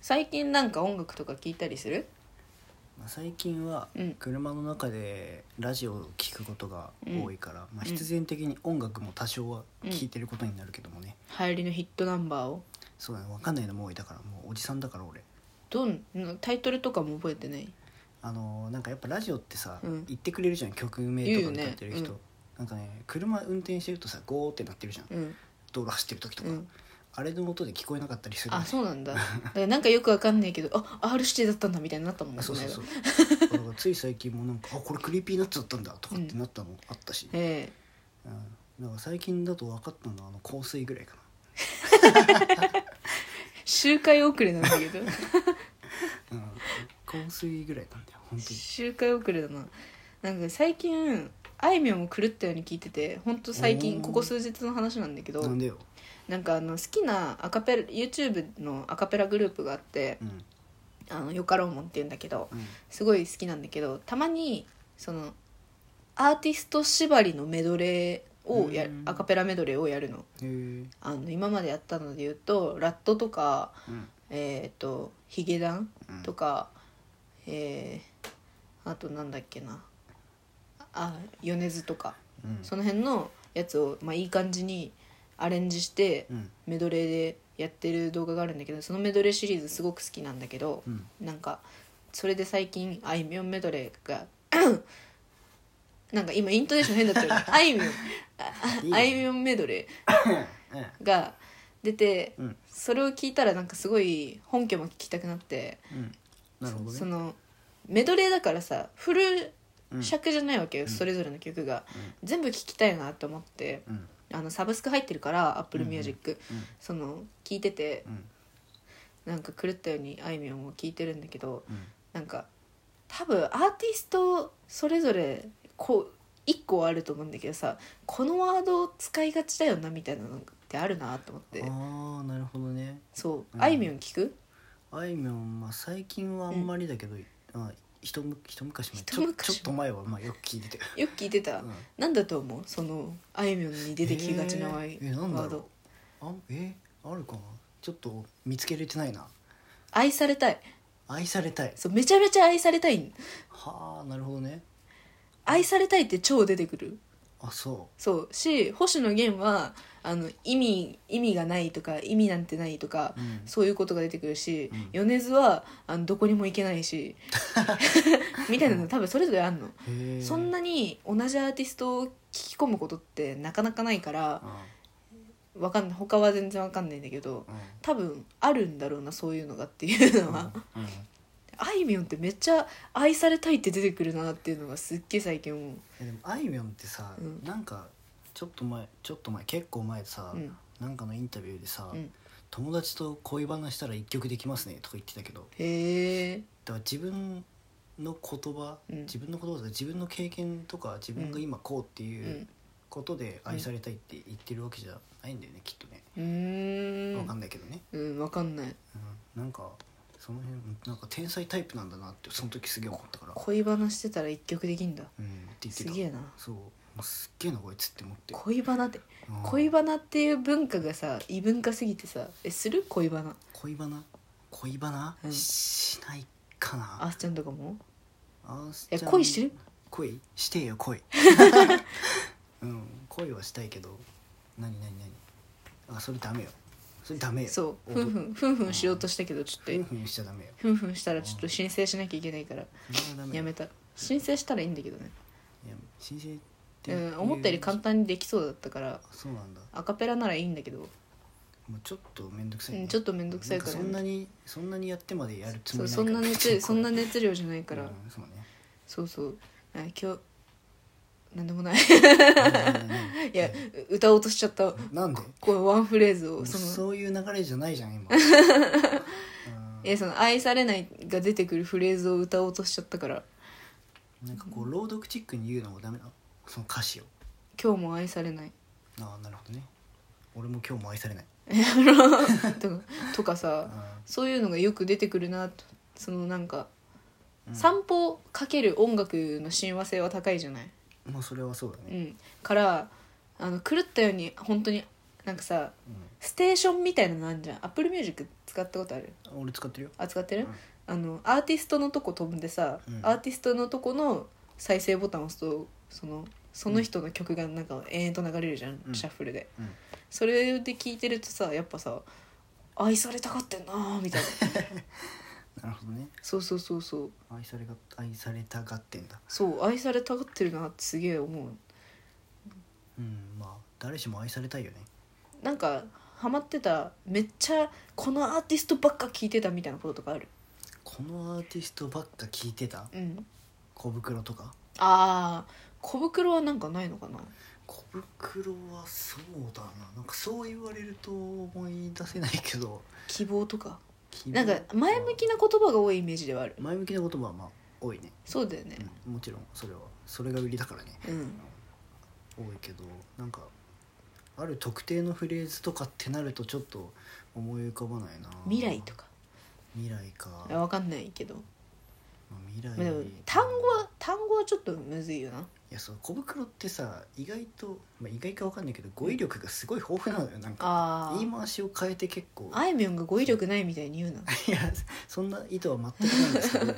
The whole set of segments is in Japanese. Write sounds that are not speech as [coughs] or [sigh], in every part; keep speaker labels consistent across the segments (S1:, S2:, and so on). S1: 最近なんか音楽とか聞いたりする
S2: まあ、最近は
S1: うん
S2: 車の中でラジオを聞くことが多いから、まあ、必然的に音楽も多少は聞いてることになるけどもね、
S1: 流行りのヒットナンバーを
S2: そうだね分かんないのも多いだからもうおじさんだから俺
S1: どんなタイトルとかも覚えてない
S2: あのーなんかやっぱラジオってさ、
S1: うん
S2: 言ってくれるじゃん曲名とか
S1: 言う
S2: 歌
S1: よね
S2: ってる人、
S1: うん
S2: なんかね車運転してるとさゴーってなってるじゃん、
S1: うん
S2: 道路走ってる時とか、
S1: うん
S2: あれの音で聞こえなかったりするよ
S1: あ
S2: ね
S1: そうなんだだからなんかよくわかんないけどあ R 指定だったんだみたいになったもん
S2: あそうそう
S1: こ
S2: そ
S1: の間 [laughs]
S2: うだからつい最近もなんかあこれクリーピーナッツだったんだとかってなったのあったし、
S1: え
S2: うん、だから最近だと分かったのはあの香水ぐらいかな
S1: え周回遅れなんだけど
S2: うん、香水ぐらいなんだよ本当に
S1: 周回遅れだななんか最近あいみょんも狂ったように聞いててほんと最
S2: お
S1: 近
S2: ー
S1: ここ数日の話なんだけど
S2: なんでよ、
S1: なんかあの好きなアカペラ YouTube のアカペラグループがあって
S2: うん
S1: あのヨカローモンって言うんだけど
S2: うん、
S1: すごい好きなんだけどたまにそのアーティスト縛りのメドレーをや
S2: うん
S1: アカペラメドレーをやるの
S2: へえ
S1: あの今までやったので言うと「ラット」とか
S2: うん
S1: 「えー、とヒゲダン
S2: うん」
S1: とか、えーあとなんだっけなあ米津とか
S2: うん
S1: その辺のやつを、まあ、いい感じにアレンジして
S2: うん
S1: メドレーでやってる動画があるんだけどそのメドレーシリーズすごく好きなんだけど、
S2: うん
S1: なんかそれで最近あいみょんメドレーが [coughs] なんか今イントネーション変だったよ
S2: [laughs]
S1: ねあいみょん
S2: いい
S1: あ
S2: ね
S1: あいみょんメドレ
S2: [coughs]
S1: ーが出て
S2: うん
S1: それを聞いたらなんかすごい本家も聞きたくなって
S2: うんなるほどね
S1: そのメドレーだからさフル
S2: うん
S1: 尺じゃないわけよ、それぞれの曲が、全部聞きたいなと思って
S2: うん
S1: あのサブスク入ってるからアップルミュージック
S2: うん
S1: その聞いてて
S2: うん
S1: なんか狂ったようにあいみょんを聞いてるんだけど、
S2: うん
S1: なんか多分アーティストそれぞれこう一個はあると思うんだけどさこのワードを使いがちだよなみたいなのってあるなと思って
S2: ああなるほどね
S1: そううんあいみょん聞く
S2: あいみょん、まあ、最近はあんまりだけど、まあ、一む一昔前ち
S1: 一
S2: ょ
S1: 昔
S2: ちょっと前はまあよく聞いてて、
S1: よく聞いてた、
S2: うん
S1: なんだと思うそのあいみょんに出てきがちなワイ
S2: えーえなんだ
S1: ワ
S2: ろ
S1: ー
S2: う
S1: ド
S2: あえーあるかなちょっと見つけれてないな
S1: 愛されたい
S2: 愛されたい
S1: そうめちゃめちゃ愛されたい
S2: はあなるほどね
S1: 愛されたいって超出てくる
S2: あそ
S1: そうし星野源はあの意味意味がないとか意味なんてないとか、
S2: う、うん、
S1: そういうことが出てくるし、
S2: う
S1: 米津はあのどこにも行けないし [laughs] みたいなの多分それぞれあんの、
S2: へえ
S1: そんなに同じアーティストを聞き込むことってなかなかないからわかんない他は全然わかんないんだけど
S2: うんうん
S1: 多分あるんだろうなそういうのがっていうのは、
S2: うん
S1: あいみょんってめっちゃ愛されたいって出てくるなっていうのがすっげえ最近思う、
S2: えでもあいみょんってさ、
S1: うん
S2: なんかちょっと前ちょっと前結構前さ、
S1: うん
S2: なんかのインタビューでさ、
S1: うん、
S2: 友達と恋バナしたら一曲できますねとか言ってたけど
S1: へえ
S2: だから自分の言葉、
S1: うん
S2: 自分の言葉で自分の経験とか自分が今こうって
S1: う
S2: いうんことで愛されたいって言ってるわけじゃないんだよねきっとね
S1: うーん
S2: わかんないけどね、
S1: うんわかんない
S2: うん、なんかその辺なんか天才タイプなんだなってその時すげえ思ったから、
S1: 恋バナしてたら一曲できんだ
S2: うん、って言って
S1: す
S2: た
S1: げえな
S2: そうもうすっげえなこいつって思って
S1: 恋バナって
S2: うん
S1: 恋バナっていう文化がさ異文化すぎてさえする恋バナ
S2: 恋バナ恋バナ、
S1: うん
S2: しないか
S1: あ
S2: な
S1: ーすちゃんとかも
S2: あす
S1: え
S2: ちゃん
S1: 恋してる
S2: 恋してよ恋 [laughs] うん恋はしたいけど何何何あそれダメよそれダメよ
S1: そう
S2: お
S1: ふんふんふんふんしようとしたけどちょっ
S2: ふん
S1: と
S2: ふんしちゃダメよ
S1: ふんふんしたらちょっと申請しなきゃいけないから
S2: それはダメよ
S1: やめた申請したらいいんだけどね
S2: いや申請っ
S1: う
S2: て
S1: ん思ったより簡
S2: 単
S1: 単にできそうだったから
S2: そうなんだ
S1: アカペラならいいんだけど
S2: もうちょっと面倒くさい、
S1: うんちょっと面倒くさいから
S2: なんそんなにそんなにやってまでやるつ
S1: そ
S2: も
S1: う
S2: りない
S1: そんな熱そんな
S2: に
S1: 熱量じゃないか
S2: から
S1: ら
S2: うんそうね
S1: そうそうあ今日なんでもない [laughs]
S2: 何何何
S1: いやう歌おうとしちゃった
S2: なんで
S1: こうワンフレーズ
S2: も
S1: を
S2: う
S1: その
S2: そういう流れじゃないじゃん
S1: [laughs]
S2: 今うん
S1: えその「愛されない」が出てくるフレーズを歌おうとしちゃったから
S2: なんかこう朗読チックに言うのもダメなのその歌詞を
S1: 「今日も愛され
S2: [laughs]
S1: ない
S2: ああなるほどね俺も今日も愛されない」
S1: とかとかさ
S2: あ
S1: そういうのがよく出てくるなとそのなんか、
S2: うん
S1: 散歩かける音楽の親和性は高いじゃない、
S2: ーまあそれはそうだ
S1: う
S2: ね
S1: ん、からあの狂ったように本当になんかさステーションみたいなのあんじゃんアップルミュージック使ったことある
S2: うん、俺使ってるよ
S1: あ使ってる、
S2: うん
S1: あのアーティストのとこ飛んでさ、
S2: うん
S1: アーティストのとこの再生ボタンを押すとそのその人の曲がなんか延々と流れるじゃん、
S2: うん
S1: シャッフルで、
S2: うん
S1: それで聞いてるとさやっぱさ愛されたがってんなーみたいな
S2: [laughs] なるほどね
S1: そうそうそうそう
S2: 愛されが愛されたがってんだ
S1: そう愛されたがってるなってすげえ思う
S2: うんまあ誰しも愛されたいよね
S1: なんかハマってためっちゃこのアーティストばっか聞いてたみたいなこととかある
S2: このアーティストばっか聞いてた
S1: うん
S2: 小袋とか
S1: あー小袋はなんかないのかな
S2: 小袋はそうだななんかそう言われると思い出せないけど
S1: 希望とか
S2: 希
S1: な
S2: 望
S1: んか前向きな言葉が多いイメージではある
S2: 前向きな言葉はまあ多いね、
S1: そうだよね
S2: うん、もちろんそれはそれが売りだからね
S1: うん
S2: 多いけどなんかある特定のフレーズとかってなるとちょっと思い浮かばないな
S1: 未来とか
S2: 未来か、まあ
S1: わかんないけど、
S2: 未来
S1: まあ、でも単語は単語はちょっとむずいよない
S2: やそう小袋ってさ意外と、まあ、意外かわかんないけど語彙力がすごい豊富なのよなんか
S1: あ
S2: 言い
S1: ー
S2: 回しを変えて結構
S1: あいみょんが語彙力ないみたいに言うな
S2: [laughs] いやそんな意図は全くないんですけ
S1: [laughs]
S2: ど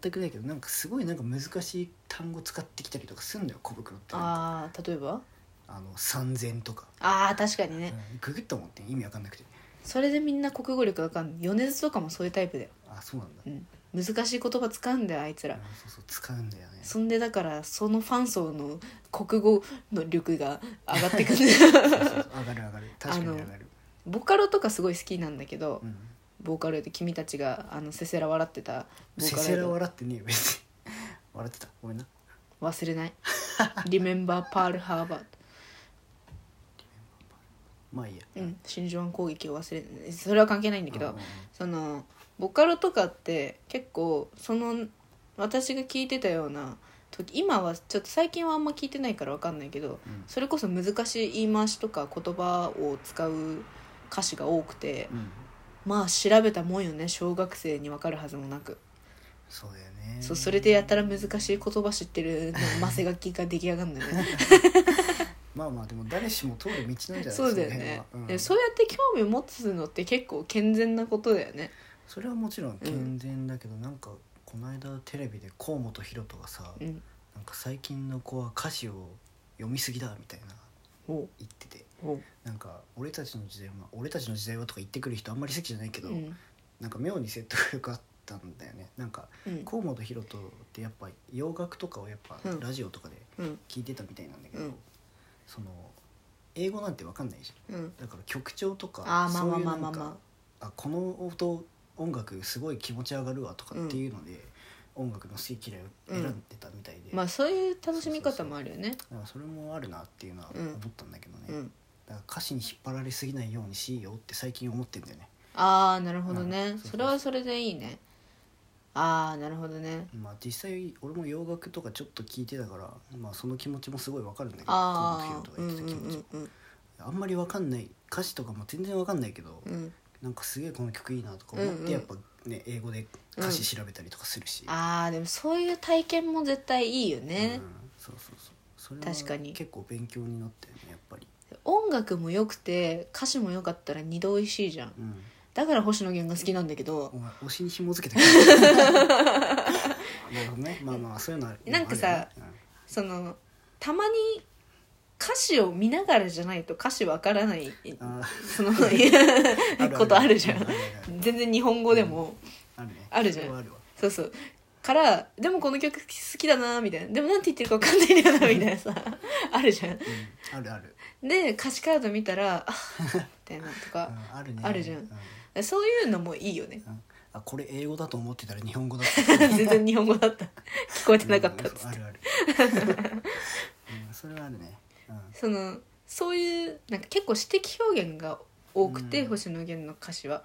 S2: 全くないけどなんかすごいなんか難しい単語使ってきたりとかすんのよ小袋ってあ
S1: あー例えば
S2: の3000とか、
S1: あー確かにね
S2: うんググったもんって意味わかんなくて
S1: それでみんな国語力わかんない米津とかもそういうタイプだよ、
S2: あそうなんだ、
S1: うん、難しい言葉使うんだよあいつら
S2: うんそうそう使うんだよね
S1: そんでだからそのファン層の国語の力が上がってく
S2: [laughs]
S1: る
S2: そうそうそう上がる上がる確かに上がる
S1: ボカロとかすごい好きなんだけど、
S2: うん
S1: ボーカルで君たちがあのせせら笑ってたボー
S2: せ
S1: カ
S2: せ
S1: ル
S2: ら
S1: で
S2: 笑ってねえよ別に笑ってたごめんな
S1: 忘れ
S2: [laughs]
S1: ない「Remember Pearl Harbor
S2: まあいいや」
S1: うん真珠湾攻撃を忘れないそれは関係ないんだけ
S2: う
S1: ど
S2: んうん
S1: そのボカロとかって結構その私が聞いてたような時今はちょっと最近はあんま聞いてないから分かんないけど
S2: うん
S1: それこそ難しい言い回しとか言葉を使う歌詞が多くて
S2: うん
S1: まあ調べたもんよね小学生に分かるはずもなく
S2: そうだよね
S1: そうそれでやたら難しい言葉知ってるのマセガキが出来上がるんだよね
S2: まあまあでも誰しも通る道なんじゃない
S1: そうだよね、
S2: その辺はうん
S1: でそうやって興味を持つのって結構健全なことだよね
S2: それはもちろん健全だけど、なんかこの間テレビで河本大翔がさ、
S1: うん
S2: なんか最近の子は歌詞を読みすぎだみたいな
S1: おう
S2: 言ってて
S1: おう
S2: なんか俺たちの時代は、まあ俺たちの時代はとか言ってくる人あんまり好きじゃないけ
S1: う
S2: ど、
S1: ん
S2: なんか妙に説得力あったんだよねなんか
S1: うん
S2: 河本大翔ってやっぱ洋楽とかをやっぱ
S1: うん
S2: ラジオとかで
S1: うん
S2: 聞いてたみたいなんだけど、
S1: うん
S2: その英語なんてわかんないじゃん
S1: うん
S2: だから曲調とか
S1: あーまあ
S2: そういう
S1: ま
S2: な
S1: あ
S2: ん
S1: まあ
S2: か
S1: まあま
S2: あこの音音楽すごい気持ち上がるわとかっていうので、音楽の好き嫌いを選んでたみたいで、
S1: まあそういう楽しみ方もあるよね
S2: だからそれもあるなっていうのは
S1: うん
S2: 思ったんだけどね、
S1: う
S2: だ
S1: ん
S2: から歌詞に引っ張られすぎないようにしようって最近思ってんだよね
S1: ああなるほど
S2: う
S1: ね
S2: んそうそう
S1: それはそれでいいねああなるほどね
S2: まあ実際俺も洋楽とかちょっと聞いてたから、まあ、その気持ちもすごいわかるんだけど
S1: あ
S2: 河
S1: あ
S2: 本大
S1: うん
S2: 翔
S1: う
S2: が
S1: ん
S2: 言ってた気持ちも、
S1: うん
S2: あんまりわかんない歌詞とかも全然わかんないけど、
S1: うん
S2: なんかすげえこの曲いいなとか思っ
S1: うんうん
S2: てやっぱね英語で歌詞調べたりとかするし、
S1: ああでもそういう体験も絶対いいよね
S2: うん、そうそうそうそれは
S1: 確かに
S2: 結構勉強になったよねやっぱり、
S1: 音楽も良くて歌詞も良かったら二度おいしいじゃん
S2: うん、
S1: だから星野源が好きなんだけど
S2: お前推しに紐付けてくる [laughs] なるほどねまあまあそういうのは
S1: なんかさ
S2: あるよね
S1: そのたまに歌詞を見ながらじゃないと歌詞わからない
S2: うんあ
S1: その
S2: ー
S1: [laughs]
S2: る
S1: ことあるじゃ
S2: うんるある
S1: [laughs] 全然日本語でも、
S2: あるね
S1: あるじゃん
S2: それはあるわ
S1: そうそうからでもこの曲好きだなみたいなでもなんて言ってるかわかんないんだよなみたいなさ [laughs] あるじゃん
S2: うんあるある、
S1: で歌詞カード見たらあみたいなと
S2: う
S1: か
S2: ん、あるね
S1: あるじゃん
S2: う
S1: そういうのもいいよね [laughs]
S2: うんあこれ英語だと思ってたら日本語だった
S1: 全然日本語だった聞こえてなかったっ
S2: うん
S1: つ
S2: そう
S1: っ
S2: あ
S1: て
S2: るあ
S1: [laughs]
S2: る、うん、それはあるね、うん、
S1: そのそういうなんか結構詩的表現が多くて、
S2: うん
S1: 星野源の歌詞は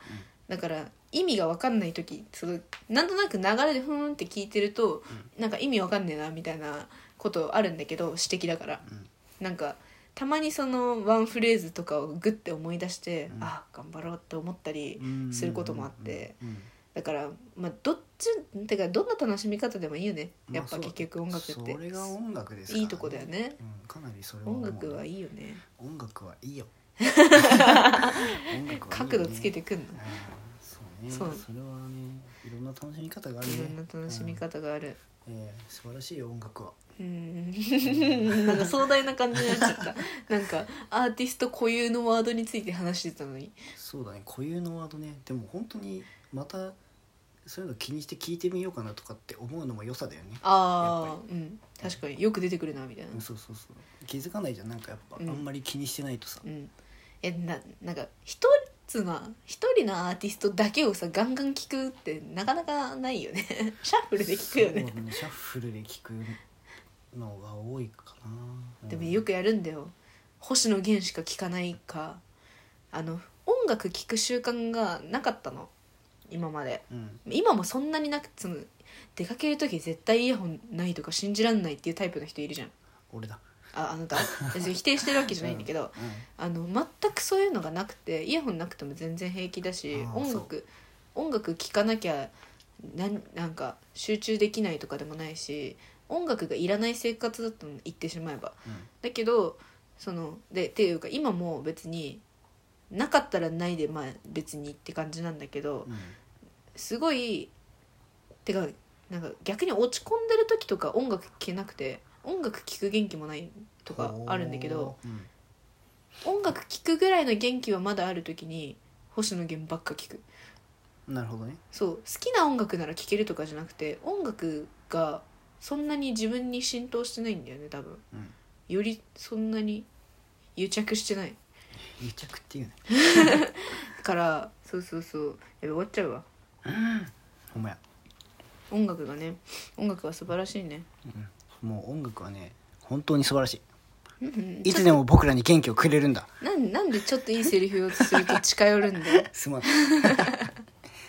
S2: うん、
S1: だから意味が分かんない時そのなんとなく流れでふーんって聞いてると、なんか意味分かんねえなみたいなことあるんだけど指摘だから
S2: うん
S1: なんかたまにそのワンフレーズとかをグッて思い出して、
S2: うん
S1: ああ頑張ろうって思ったり、
S2: うん
S1: することもあって、
S2: うんうんうん
S1: だからまあどっちてかどんな楽しみ方でもいいよねやっ
S2: ま
S1: ぱ
S2: あ
S1: 結局音楽って、
S2: そうそれが音楽ですからね
S1: いいとこだよね、
S2: うん、かなりそれは
S1: 音
S2: 思う
S1: 楽はいいよね [laughs]
S2: 音楽はいいよ音楽はいいよね
S1: 角度つけてくんの
S2: あーそうね
S1: そう
S2: それはねいろんな楽しみ方があるね
S1: いろんな楽しみ、方がある
S2: うんえー素晴らしいよ音楽は
S1: うんなんか壮大な感じになっちゃったなんかアーティスト固有のワードについて話してたのに
S2: そうだね固有のワードねでも本当にまたそういうの気にして聞いてみようかなとかって思うのも良さだよねや
S1: ああうん確かによく出てくるなみたいな
S2: うんそうそうそう気づかないじゃんなんかやっぱ、
S1: うん
S2: あんまり気にしてないとさ、
S1: うんえななんか一つの一人のアーティストだけをさガンガン聞くってなかなかないよね [laughs] シャッフルで聞くよね
S2: そうシャッフルで聞くのが多いかな、うん
S1: でもよくやるんだよ星野源しか聞かないかあの音楽聞く習慣がなかったの今まで
S2: うん
S1: 今もそんなになくその出かける時絶対イヤホンないとか信じらんないっていうタイプの人いるじゃん
S2: 俺だ、
S1: ああな
S2: [laughs]
S1: た別に否定してるわけじゃないんだけど、
S2: うん
S1: あの全くそういうのがなくてイヤホンなくても全然平気だし
S2: あー
S1: 音楽音楽聴かなきゃなんなんか集中できないとかでもないし音楽がいらない生活だったの言ってしまえば
S2: うん
S1: だけどそのでっていうか今も別になかったらないでまあ別にって感じなんだけど
S2: うん
S1: すごいてかなんか逆に落ち込んでる時とか音楽聴けなくて音楽聴く元気もないとかあるんだけど。
S2: ほーうん
S1: 音楽聴くぐらいの元気はまだある時に星野源ばっか聴く
S2: なるほどね
S1: そう好きな音楽なら聴けるとかじゃなくて音楽がそんなに自分に浸透してないんだよね多分
S2: うん
S1: よりそんなに癒着してない
S2: 癒着っていうね
S1: からそうそうそうやべ終わっちゃうわ
S2: ほんまや、
S1: 音楽がね音楽は素晴らしいね
S2: うん、もう音楽はね本当に素晴らし
S1: うんうん
S2: いいつでも僕らに元気をくれるんだ
S1: なんなんでちょっといいセリフをすると近寄るんだよ
S2: すまん